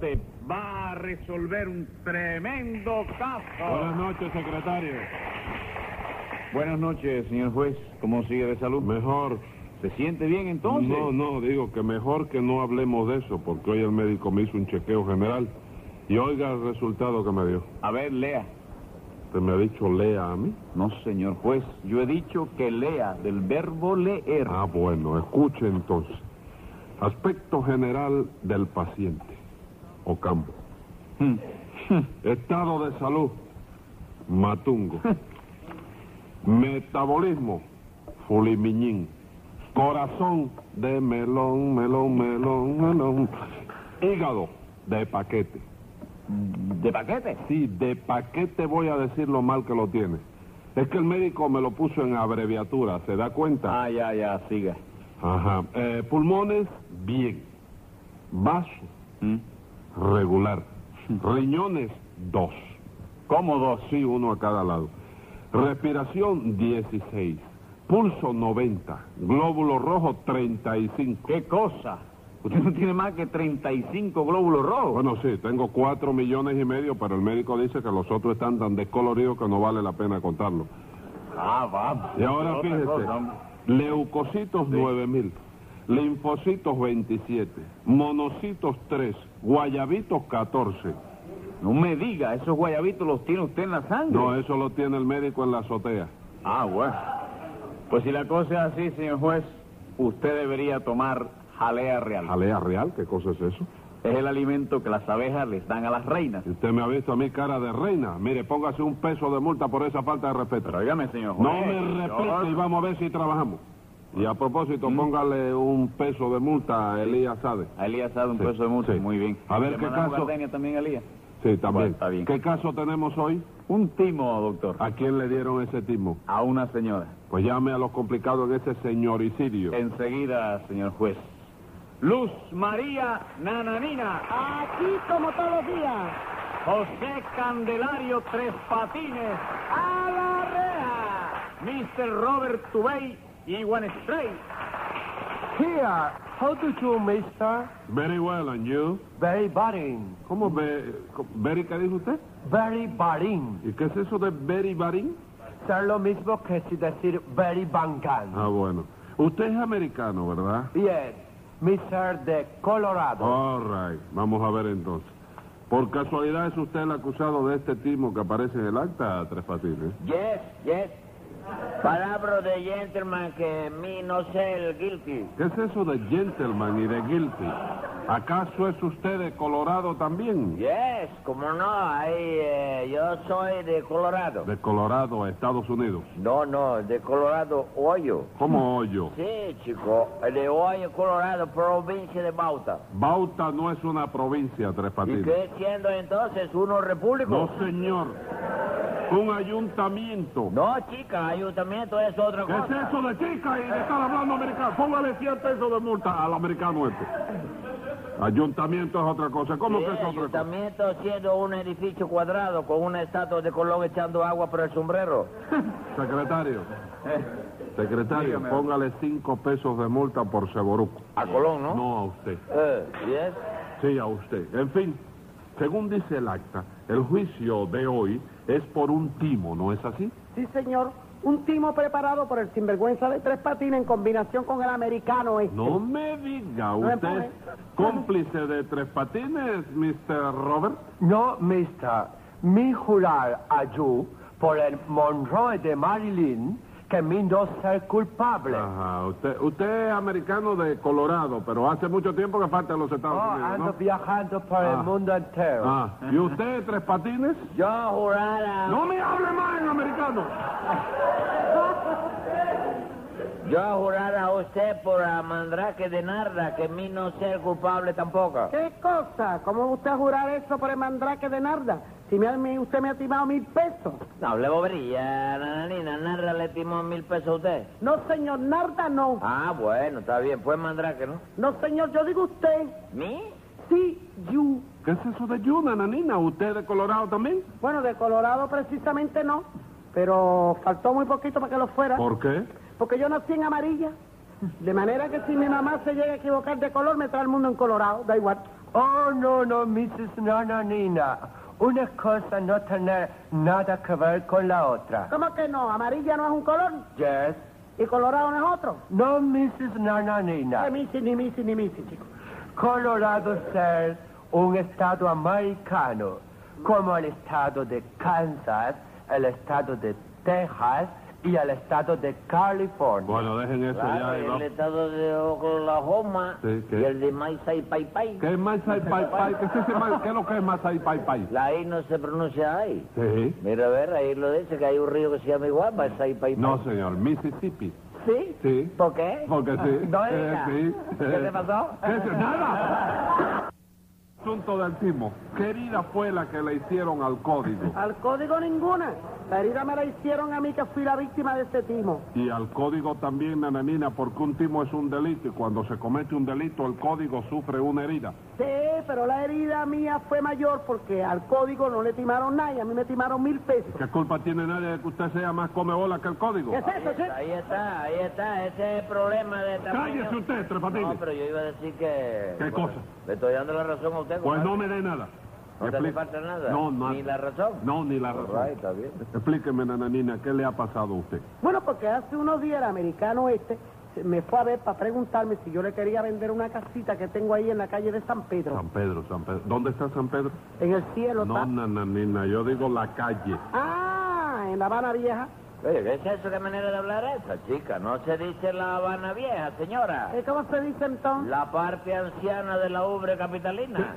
Te va a resolver un tremendo Buenas caso. noches, secretario. Buenas noches, señor juez. ¿Cómo sigue de salud? Mejor. ¿Se siente bien entonces? No, no, digo que mejor que no hablemos de eso, porque hoy el médico me hizo un chequeo general y oiga el resultado que me dio. A ver, lea. ¿Te me ha dicho lea a mí? No, señor juez. Yo he dicho que lea, del verbo leer. Ah, bueno, escuche entonces. Aspecto general del paciente, o campo. Estado de salud, matungo. Metabolismo, fulimiñín. Corazón de melón, melón, melón, melón. Hígado, de paquete. ¿De paquete? Sí, de paquete voy a decir lo mal que lo tiene. Es que el médico me lo puso en abreviatura, ¿se da cuenta? Ah, ya, ya, siga. Ajá. Eh, pulmones, bien. Vaso, ¿Mm? regular. Riñones, dos. ¿Cómo dos? Sí, uno a cada lado. Respiración, 16. Pulso, 90. Glóbulo rojo, 35. ¿Qué cosa? Usted no tiene más que 35 glóbulos rojos. Bueno, sí, tengo cuatro millones y medio, pero el médico dice que los otros están tan descoloridos que no vale la pena contarlo. Ah, vamos. Y ahora Otra fíjese, cosa, hombre. leucocitos 9000, linfocitos 27, monocitos 3, guayabitos 14. No me diga, esos guayabitos los tiene usted en la sangre. No, eso lo tiene el médico en la azotea. Ah, bueno. Pues si la cosa es así, señor juez, usted debería tomar jalea real. ¿Jalea real? ¿Qué cosa es eso? Es el alimento que las abejas les dan a las reinas. Usted me ha visto a mí cara de reina. Mire, póngase un peso de multa por esa falta de respeto. Pero óigame, señor juez. No me respete y vamos a ver si trabajamos. Y a propósito, póngale un peso de multa a Elías Sade. A Elías sabe un Sí, peso de multa. sí. Muy bien. A ver, ¿Le ¿qué mandamos caso? gardenia también a Elías? Sí, también. Bueno, está bien. ¿Qué caso tenemos hoy? Un timo, doctor. ¿A quién le dieron ese timo? A una señora. Pues llame a los complicados en ese señoricidio. Eh. Enseguida, señor juez. Luz María Nananina. Aquí como todos los días. José Candelario Tres Patines. A la reja. Mr. Robert Tubey y Juan Stray. Here, how do you, mister? Very well, and you? Very boring. ¿Cómo ve? cómo- ¿Very qué dijo usted? Very boring. ¿Y qué es eso de very barín? Es lo mismo que si decir very bangan. Ah, bueno. Usted es americano, ¿verdad? Yes, mister de Oh. Colorado. All right. Vamos a ver entonces. Por casualidad es usted el acusado de este timo que aparece en el acta, Tres Patines. Yes, yes. Palabra de gentleman que mi no sé el guilty. ¿Qué es eso de gentleman y de guilty? ¿Acaso es usted de Colorado también? Yes, como no, ahí, eh, yo soy de Colorado. De Colorado, Estados Unidos. No, no, de Colorado, Hoyo. ¿Cómo yo? Sí, chico, de Hoyo, Colorado, provincia de Bauta. Bauta no es una provincia, Tres ¿Y Patines. qué siendo entonces uno repúblico? No, señor. Un ayuntamiento. No, chica, ayuntamiento es otra ¿Qué es cosa. eso de chica y de estar hablando americano? Póngale 100 pesos de multa al americano este. Ayuntamiento es otra cosa. ¿Cómo Sí, que es otra cosa? ayuntamiento siendo un edificio cuadrado con una estatua de Colón echando agua por el sombrero. Secretario. Secretario, dígame. póngale 5 pesos de multa por Seboruco. A Colón, ¿no? No a usted. Eh, yes. Sí, a usted. En fin, según dice el acta, el juicio de hoy es por un timo, ¿no es así? Sí, señor. Un timo preparado por el sinvergüenza de tres patines en combinación con el americano este. No me diga, me usted es cómplice de tres patines, Mr. Robert. No, mister. Mi jurar a you por el Monroe de Marilyn que mi no ser culpable. Ajá, usted, usted es americano de Colorado, pero hace mucho tiempo que falta a los Estados Oh, Unidos, ando ¿no? viajando por Ah. el mundo entero. Ah, ¿y usted, Tres Patines? Yo jurara, ¡No me hable más en americano! yo jurara a usted por a Mandrake de Narda que mí no ser culpable tampoco. ¿Qué cosa? ¿Cómo usted jurar eso por el mandrake de Narda? Si me, ha- me- usted me ha timado mil pesos. No, le bobería, nananina, Narda le timó mil pesos a usted. No, señor, Narda no. Ah, bueno, está bien, pues Mandrake, ¿no? No, señor, yo digo usted. ¿Mí? Sí, you. ¿Qué es eso de Yuna, nanina? ¿Usted de Colorado también? Bueno, de Colorado precisamente no. Pero faltó muy poquito para que lo fuera. ¿Por qué? Porque yo nací en Amarilla. De manera que si mi mamá se llega a equivocar de color, me trae el mundo en colorado, da igual. Oh, no, no, Mrs. Nananina. Una cosa no tener nada que ver con la otra. ¿Cómo que no? Amarilla no es un color Yes. y colorado no es otro. No, Mrs. Ni Nananina. misi, ni misi, ni misi, chico. Colorado ser un estado americano, como el estado de Kansas, el estado de Texas y el estado de California. Bueno, dejen eso Claro, ya. y y vamos. el estado de Oklahoma Sí, ¿qué? y el de Maisa y Pai Pai. ¿Qué es Masai Pai Pai? ¿Qué es, ese Masai- ¿Qué es lo que es Masai Pai Pai? La I no se pronuncia ahí. Sí. Mira, a ver, ahí lo dice que hay un río que se llama igual, Maisa y Pai Pai. No, señor. Mississippi. ¿Sí? Sí. ¿Por qué? Porque sí. No, Eh, hija. sí. ¿Qué te pasó? ¿Qué es? ¡Nada! Asunto del timo. ¿Qué herida fue la que le hicieron al código? Al código ninguna. La herida me la hicieron a mí que fui la víctima de ese timo. Y al código también, nananina, porque un timo es un delito y cuando se comete un delito el código sufre una herida. Sí, pero la herida mía fue mayor porque al código no le timaron nada y a mí me timaron mil pesos. ¿Qué culpa tiene nadie de que usted sea más come bola que el código? ¿Qué es eso, chico? Ahí está, ahí está, ese es el problema de esta ¡Cállese usted, Tres Patines! No, pero yo iba a decir que... ¿Qué cosa? Le estoy dando la razón a usted. Pues compadre. no me dé nada. No te hace Explique- falta nada. No, no. Ni la razón. No, ni la All razón. right, está bien. Explíqueme, nananina, ¿qué le ha pasado a usted? Bueno, porque hace unos días el americano este se- me fue a ver para preguntarme si yo le quería vender una casita que tengo ahí en la calle de San Pedro. San Pedro, San Pedro. ¿Dónde está San Pedro? En el cielo, No, está. nananina, yo digo la calle. Ah, en La Habana Vieja. Oye, ¿qué es eso? ¿Qué manera de hablar esa, chica? No se dice la Habana Vieja, señora. Eh, ¿Cómo se dice entonces? La parte anciana de la ubre capitalina.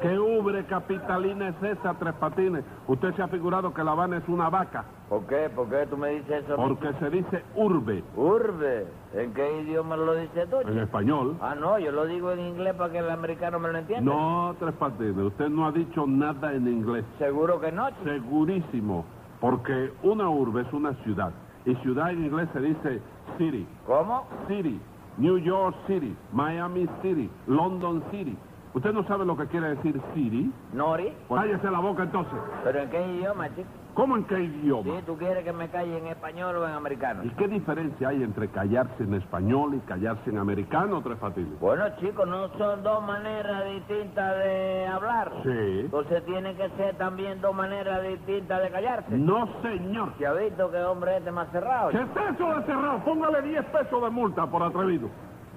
¿Qué ubre capitalina es esa, Tres Patines? Usted se ha figurado que La Habana es una vaca, ¿Por qué? ¿Por qué tú me dices eso? porque se dice urbe Urbe. ¿En qué idioma lo dices tú? en español. Ah, no, yo lo digo en inglés para que el americano me lo entienda. No, Tres Patines, usted no ha dicho nada en inglés. Seguro que no, chico. Segurísimo, porque una urbe es una ciudad, y ciudad en inglés se dice city, ¿Cómo? city, New York City, Miami City, London City. ¿Usted no sabe lo que quiere decir city? Pues ¿Nori? Cállese la boca entonces. ¿Pero en qué idioma, chico? ¿Cómo en qué Si idioma? tú quieres que me calle en español o en americano. ¿Y qué diferencia hay entre callarse en español y callarse en americano, Tres Patines? Bueno, chicos, no son dos maneras distintas de hablar. Sí. Entonces tiene que ser también dos maneras distintas de callarse. No, señor. ¿Se ha visto que hombre este más cerrado? ¿Qué es eso de cerrado? Póngale 10 pesos de multa por atrevido.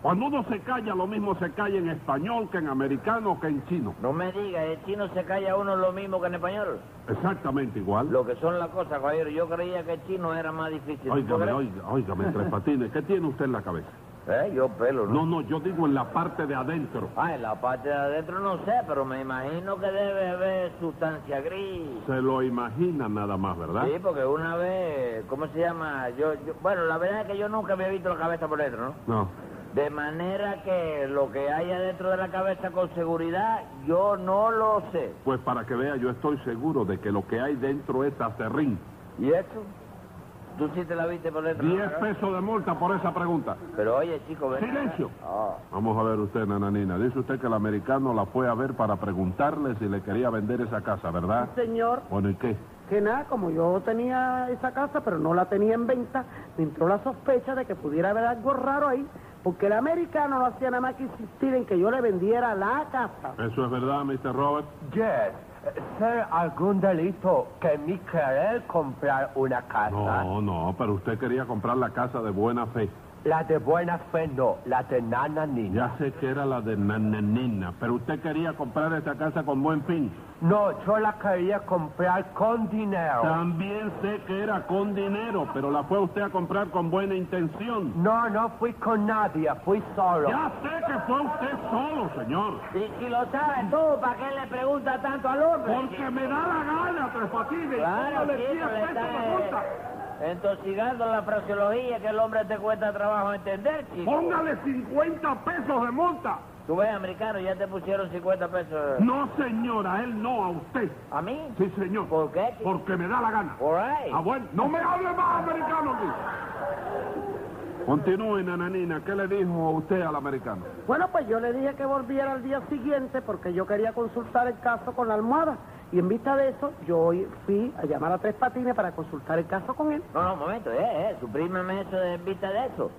Cuando uno se calla, lo mismo se calla en español que en americano que en chino. No me digas, el chino se calla uno lo mismo que en español. Exactamente igual. Lo que son las cosas, caballero. Yo creía que el chino era más difícil. ¿Tú Óigame, crees? oiga, óigame, Tres Patines, ¿qué tiene usted en la cabeza? Eh, Yo pelo, ¿no? No, no, yo digo en la parte de adentro. Ah, en la parte de adentro no sé, pero me imagino que debe haber sustancia gris. Se lo imagina nada más, ¿verdad? Sí, porque una vez, ¿cómo se llama? Yo, yo- bueno, la verdad es que yo nunca había visto la cabeza por dentro, ¿no? No. De manera que lo que haya dentro de la cabeza con seguridad, yo no lo sé. Pues para que vea, yo estoy seguro de que lo que hay dentro es acerrín. ¿Y eso? ¿Tú sí te la viste por dentro? 10 ¿no? pesos de multa por esa pregunta. Pero oye, chico, ven. ¡Silencio! Ah, Vamos a ver usted, nananina. Dice usted que el americano la fue a ver para preguntarle si le quería vender esa casa, ¿verdad? Señor, Bueno, ¿y qué? que nada, como yo tenía esa casa, pero no la tenía en venta, me entró la sospecha de que pudiera haber algo raro ahí, porque el americano no hacía nada más que insistir en que yo le vendiera la casa. Eso es verdad, Mr. Robert. Yes. Ser algún delito que mi querer comprar una casa. No, no, pero usted quería comprar la casa de buena fe. La de buena fe no, la de nana niña. Ya sé que era la de nananina, pero usted quería comprar esa casa con buen fin. No, yo la quería comprar con dinero. También sé que era con dinero, pero la fue usted a comprar con buena intención. No, no fui con nadie, fui solo. Ya sé que fue usted solo, señor. Y si lo sabes tú, ¿para qué le preguntas tanto al hombre? Porque me da la gana, Tres Patines. Claro, Póngale chico, 10 pesos le de está multa. eh, intoxicando la fraseología que el hombre te cuesta trabajo entender, chico. Póngale 50 pesos de multa. Tú ves, americano, ya te pusieron 50 pesos. eh, No, señora, a él no, a usted. ¿A mí? Sí, señor. ¿Por qué? chico? Porque me da la gana. All right. Ah, bueno, no me hable más americano aquí. Continúe, nananina. ¿Qué le dijo usted al americano? Bueno, pues yo le dije que volviera al día siguiente porque yo quería consultar el caso con la almohada. Y en vista de eso, yo fui a llamar a Tres Patines para consultar el caso con él. No, no, un momento, eh, eh, suprímeme eso de en vista de eso.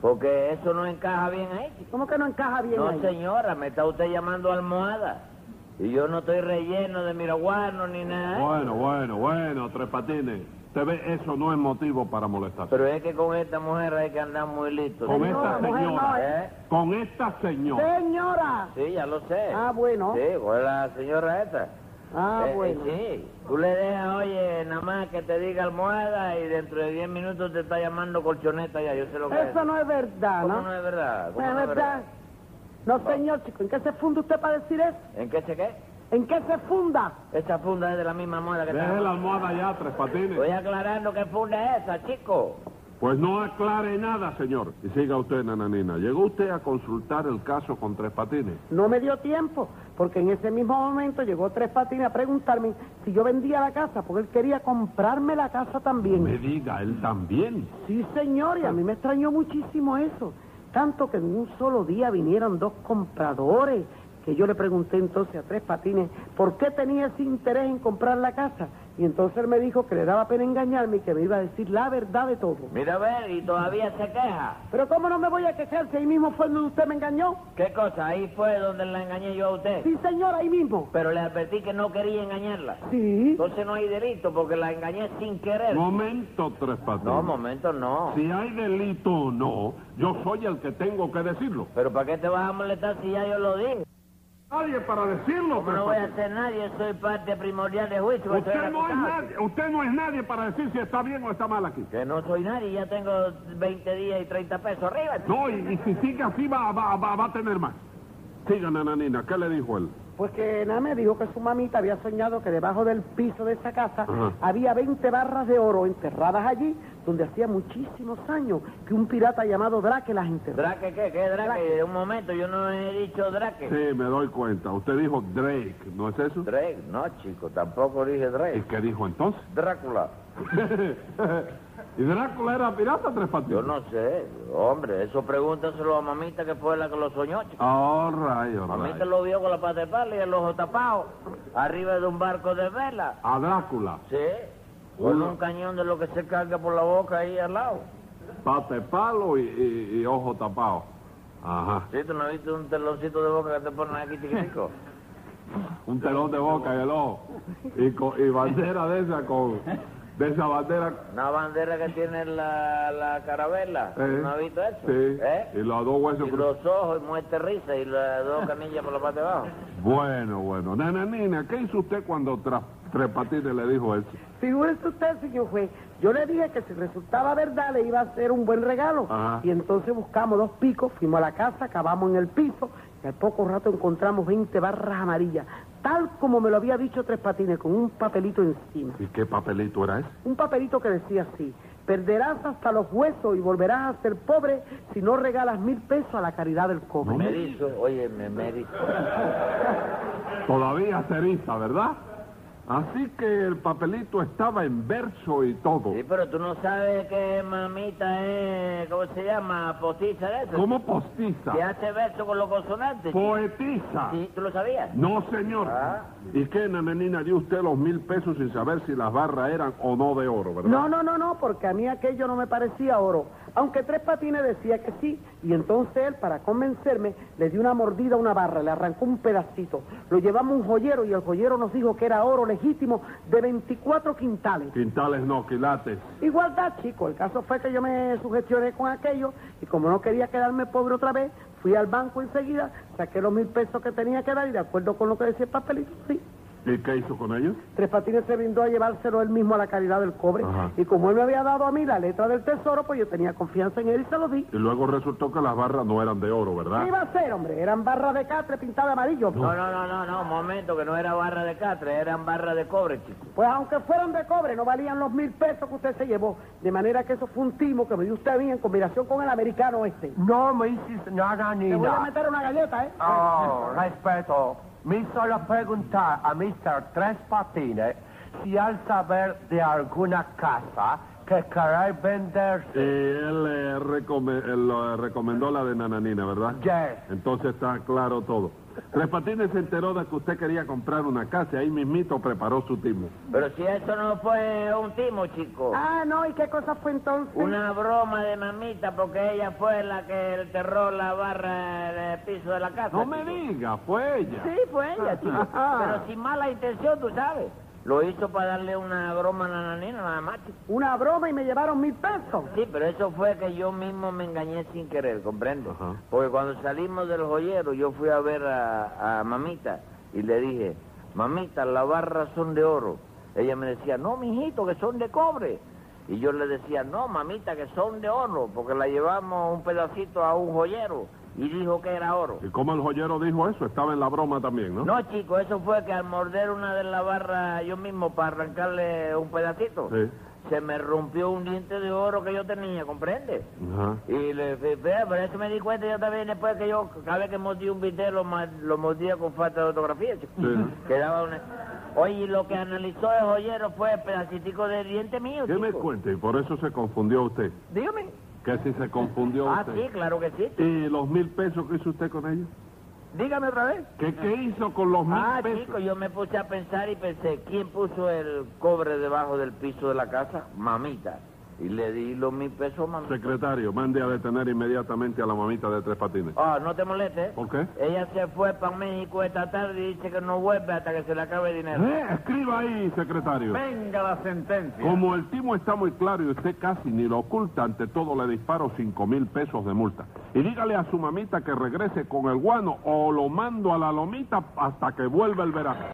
Porque eso no encaja bien ahí, chico. ¿Cómo que no encaja bien ahí? No, señora, me está usted llamando almohada. Y yo no estoy relleno de miraguano ni nada. Bueno, bueno, bueno, Tres Patines. Te ve, eso no es motivo para molestarse. Pero es que con esta mujer hay que andar muy listo. Con Señora, esta mujer, no, señora, ¿Eh? con esta señora. Señora. Sí, ya lo sé. Ah, bueno. Sí, con la señora esta. Ah, Eh, bueno. Sí, tú le dejas, oye, nada más que te diga almohada y dentro de 10 minutos te está llamando colchoneta ya, yo sé lo que es. Eso no es verdad, ¿Cómo ¿no? no es verdad? ¿Cómo No es no es verdad. No, señor, chico, ¿en qué se funda usted para decir eso? ¿En qué se qué? ¿En qué se funda? Esa funda es de la misma almohada que Deje está. la almohada ya, Tres Patines. Estoy aclarando qué funda es esa, chico. Pues no aclare nada, señor. Y siga usted, nananina. Llegó usted a consultar el caso con Tres Patines. No me dio tiempo, porque en ese mismo momento llegó Tres Patines a preguntarme si yo vendía la casa, porque él quería comprarme la casa también. Me diga, él también. Sí, señor, y a mí me extrañó muchísimo eso. Tanto que en un solo día vinieron dos compradores, que yo le pregunté entonces a Tres Patines por qué tenía ese interés en comprar la casa. Y entonces él me dijo que le daba pena engañarme y que me iba a decir la verdad de todo. Mira a ver, y todavía se queja. Pero ¿cómo no me voy a quejar si ahí mismo fue donde usted me engañó? ¿Qué cosa? Ahí fue donde la engañé yo a usted. Sí, señor, ahí mismo. Pero le advertí que no quería engañarla. Sí. Entonces no hay delito porque la engañé sin querer. Momento, Tres No, Patines. momento, no. Si hay delito o no, yo soy el que tengo que decirlo. Pero ¿para qué te vas a molestar si ya yo lo dije? Nadie para decirlo, Como Tres no voy a Patines. ser nadie, soy parte primordial de juicio. porque soy Usted no, es acusado. nadie, usted no es nadie para decir si está bien o está mal aquí. Que no soy nadie, ya tengo 20 días y 30 pesos arriba. No, y, y si sigue así va, va, va, va a tener más. Siga, nananina, ¿qué le dijo él? Pues que nada, me dijo que su mamita había soñado que debajo del piso de esa casa Ajá. había 20 barras de oro enterradas allí, donde hacía muchísimos años que un pirata llamado Drake las enterró. ¿Draque qué? ¿Qué Draque? Un momento, yo no he dicho Draque. Sí, me doy cuenta. Usted dijo Drake, ¿no es eso? Drake, no, chico, tampoco dije ¿Y Drake. qué dijo entonces? Drácula. ¿Y Drácula era pirata, Tres Patines? Yo no sé, hombre, eso pregúntaselo a mamita que fue la que lo soñó, chico. All right, all Mamita right. lo vio con la pata de palo y el ojo tapado, arriba de un barco de vela. A Drácula, Sí, con Uno. un cañón de lo que se carga por la boca ahí al lado. pata de palo y, y- y ojo tapado. Ajá, Sí, tú no viste un teloncito de boca que te ponen aquí chiquitico. un telón de boca y el ojo. Y, co- y bandera de esa con... De esa bandera... Una bandera que tiene la, la carabela. eh, ¿No has visto eso? Sí, ¿Eh? y los dos huesos... Y cru- los ojos y muerte risa y las dos canillas por la parte de abajo. Bueno, bueno. Nananina, ¿qué hizo usted cuando tra- Tres Patines le dijo eso? Figúrese usted, señor juez, yo le dije que si resultaba verdad le iba a hacer un buen regalo. Ajá. Y entonces buscamos dos picos, fuimos a la casa, cavamos en el piso y al poco rato encontramos 20 barras amarillas, tal como me lo había dicho Tres Patines, con un papelito encima. ¿Y qué papelito era ese? Un papelito que decía así, perderás hasta los huesos y volverás a ser pobre si no regalas mil pesos a la caridad del cobre. Me erizo, oye, me, me erizo. Oh. Todavía cerita, ¿verdad? Así que el papelito estaba en verso y todo. Sí, pero tú no sabes que mamita es, ¿cómo se llama? Postiza de eso. ¿Cómo postiza? Que hace verso con los consonantes. Poetiza. Sí, Ah. ¿tú lo sabías? No, señor. ¿Y qué, nananina, dio usted los mil pesos sin saber si las barras eran o no de oro, verdad? No, no, no, no, porque a mí aquello no me parecía oro. Aunque Tres Patines decía que sí, y entonces él, para convencerme, le dio una mordida a una barra, le arrancó un pedacito. Lo llevamos a un joyero y el joyero nos dijo que era oro legítimo de 24 quintales. Quintales no, quilates. Igualdad, chico. El caso fue que yo me sugestioné con aquello y como no quería quedarme pobre otra vez, fui al banco enseguida, saqué los mil pesos que tenía que dar y de acuerdo con lo que decía el papelito, sí. ¿Y qué hizo con ellos? Tres Patines se brindó a llevárselo él mismo a la caridad del cobre. Ajá. Y como él me había dado a mí la letra del tesoro, pues yo tenía confianza en él y se lo di. Y luego resultó que las barras no eran de oro, ¿verdad? ¿Qué iba a ser, hombre? Eran barras de catre pintadas de amarillo. No, no, no, no, no, un momento, que no era barra de catre, eran barra de cobre, chico. Pues aunque fueran de cobre, no valían los mil pesos que usted se llevó. De manera que eso fue un timo que me dio usted a mí en combinación con el americano este. No me hiciste nada ni Te voy a nada. meter una galleta, ¿eh? Oh, respeto. Me solo preguntar a Mr. Tres Patines si al saber de alguna casa que querer Y venderse. él, eh, recome- él, eh, recomendó la de nananina, ¿verdad? Yes. Entonces está claro todo. Tres Patines se enteró de que usted quería comprar una casa y ahí mismito preparó su timo. Pero si eso no fue un timo, chico. Ah, no, ¿y qué cosa fue entonces? Una broma de mamita, porque ella fue la que enterró la barra del piso de la casa. No me chico. diga, fue ella. Sí, fue ella, chico. Pero sin mala intención, tú sabes. Lo hizo para darle una broma a la nanina, nada más, chico. Una broma y me llevaron mil pesos. Sí, pero eso fue que yo mismo me engañé sin querer, ¿comprende? Ajá. Porque cuando salimos del joyero, yo fui a ver a, a mamita y le dije, mamita, las barras son de oro. Ella me decía, no, mijito, que son de cobre. Y yo le decía, no, mamita, que son de oro, porque la llevamos un pedacito a un joyero y dijo que era oro. ¿Y cómo el joyero dijo eso? Estaba en la broma también, ¿no? No, chico, eso fue que al morder una de las barras yo mismo para arrancarle un pedacito, Sí. se me rompió un diente de oro que yo tenía, ¿comprende? Ajá. Y le dije, pero eso me di cuenta yo también después que yo, cada vez que mordí un bistec, lo, ma- lo mordía con falta de ortografía, chico. Sí. Quedaba una... Oye, y lo que analizó el joyero fue el pedacitico de diente mío, ¿Qué me chico. cuente? Y por eso se confundió usted. Dígame. Que si se confundió Ah, usted. sí, claro que sí. ¿Y los mil pesos que hizo usted con ellos? Dígame otra vez. ¿Qué, qué hizo con los mil Ah, pesos? chico, yo me puse a pensar y pensé, ¿quién puso el cobre debajo del piso de la casa? Mamita. Y le di los mil pesos a mamita. Secretario, mande a detener inmediatamente a la mamita de Tres Patines. Ah, no te molestes. ¿eh? ¿Por qué? Ella se fue para México esta tarde y dice que no vuelve hasta que se le acabe el dinero. Eh, escriba ahí, secretario. Venga la sentencia. Como el timo está muy claro y usted casi ni lo oculta, ante todo le disparo cinco mil pesos de multa. Y dígale a su mamita que regrese con el guano o lo mando a la lomita hasta que vuelva el verano.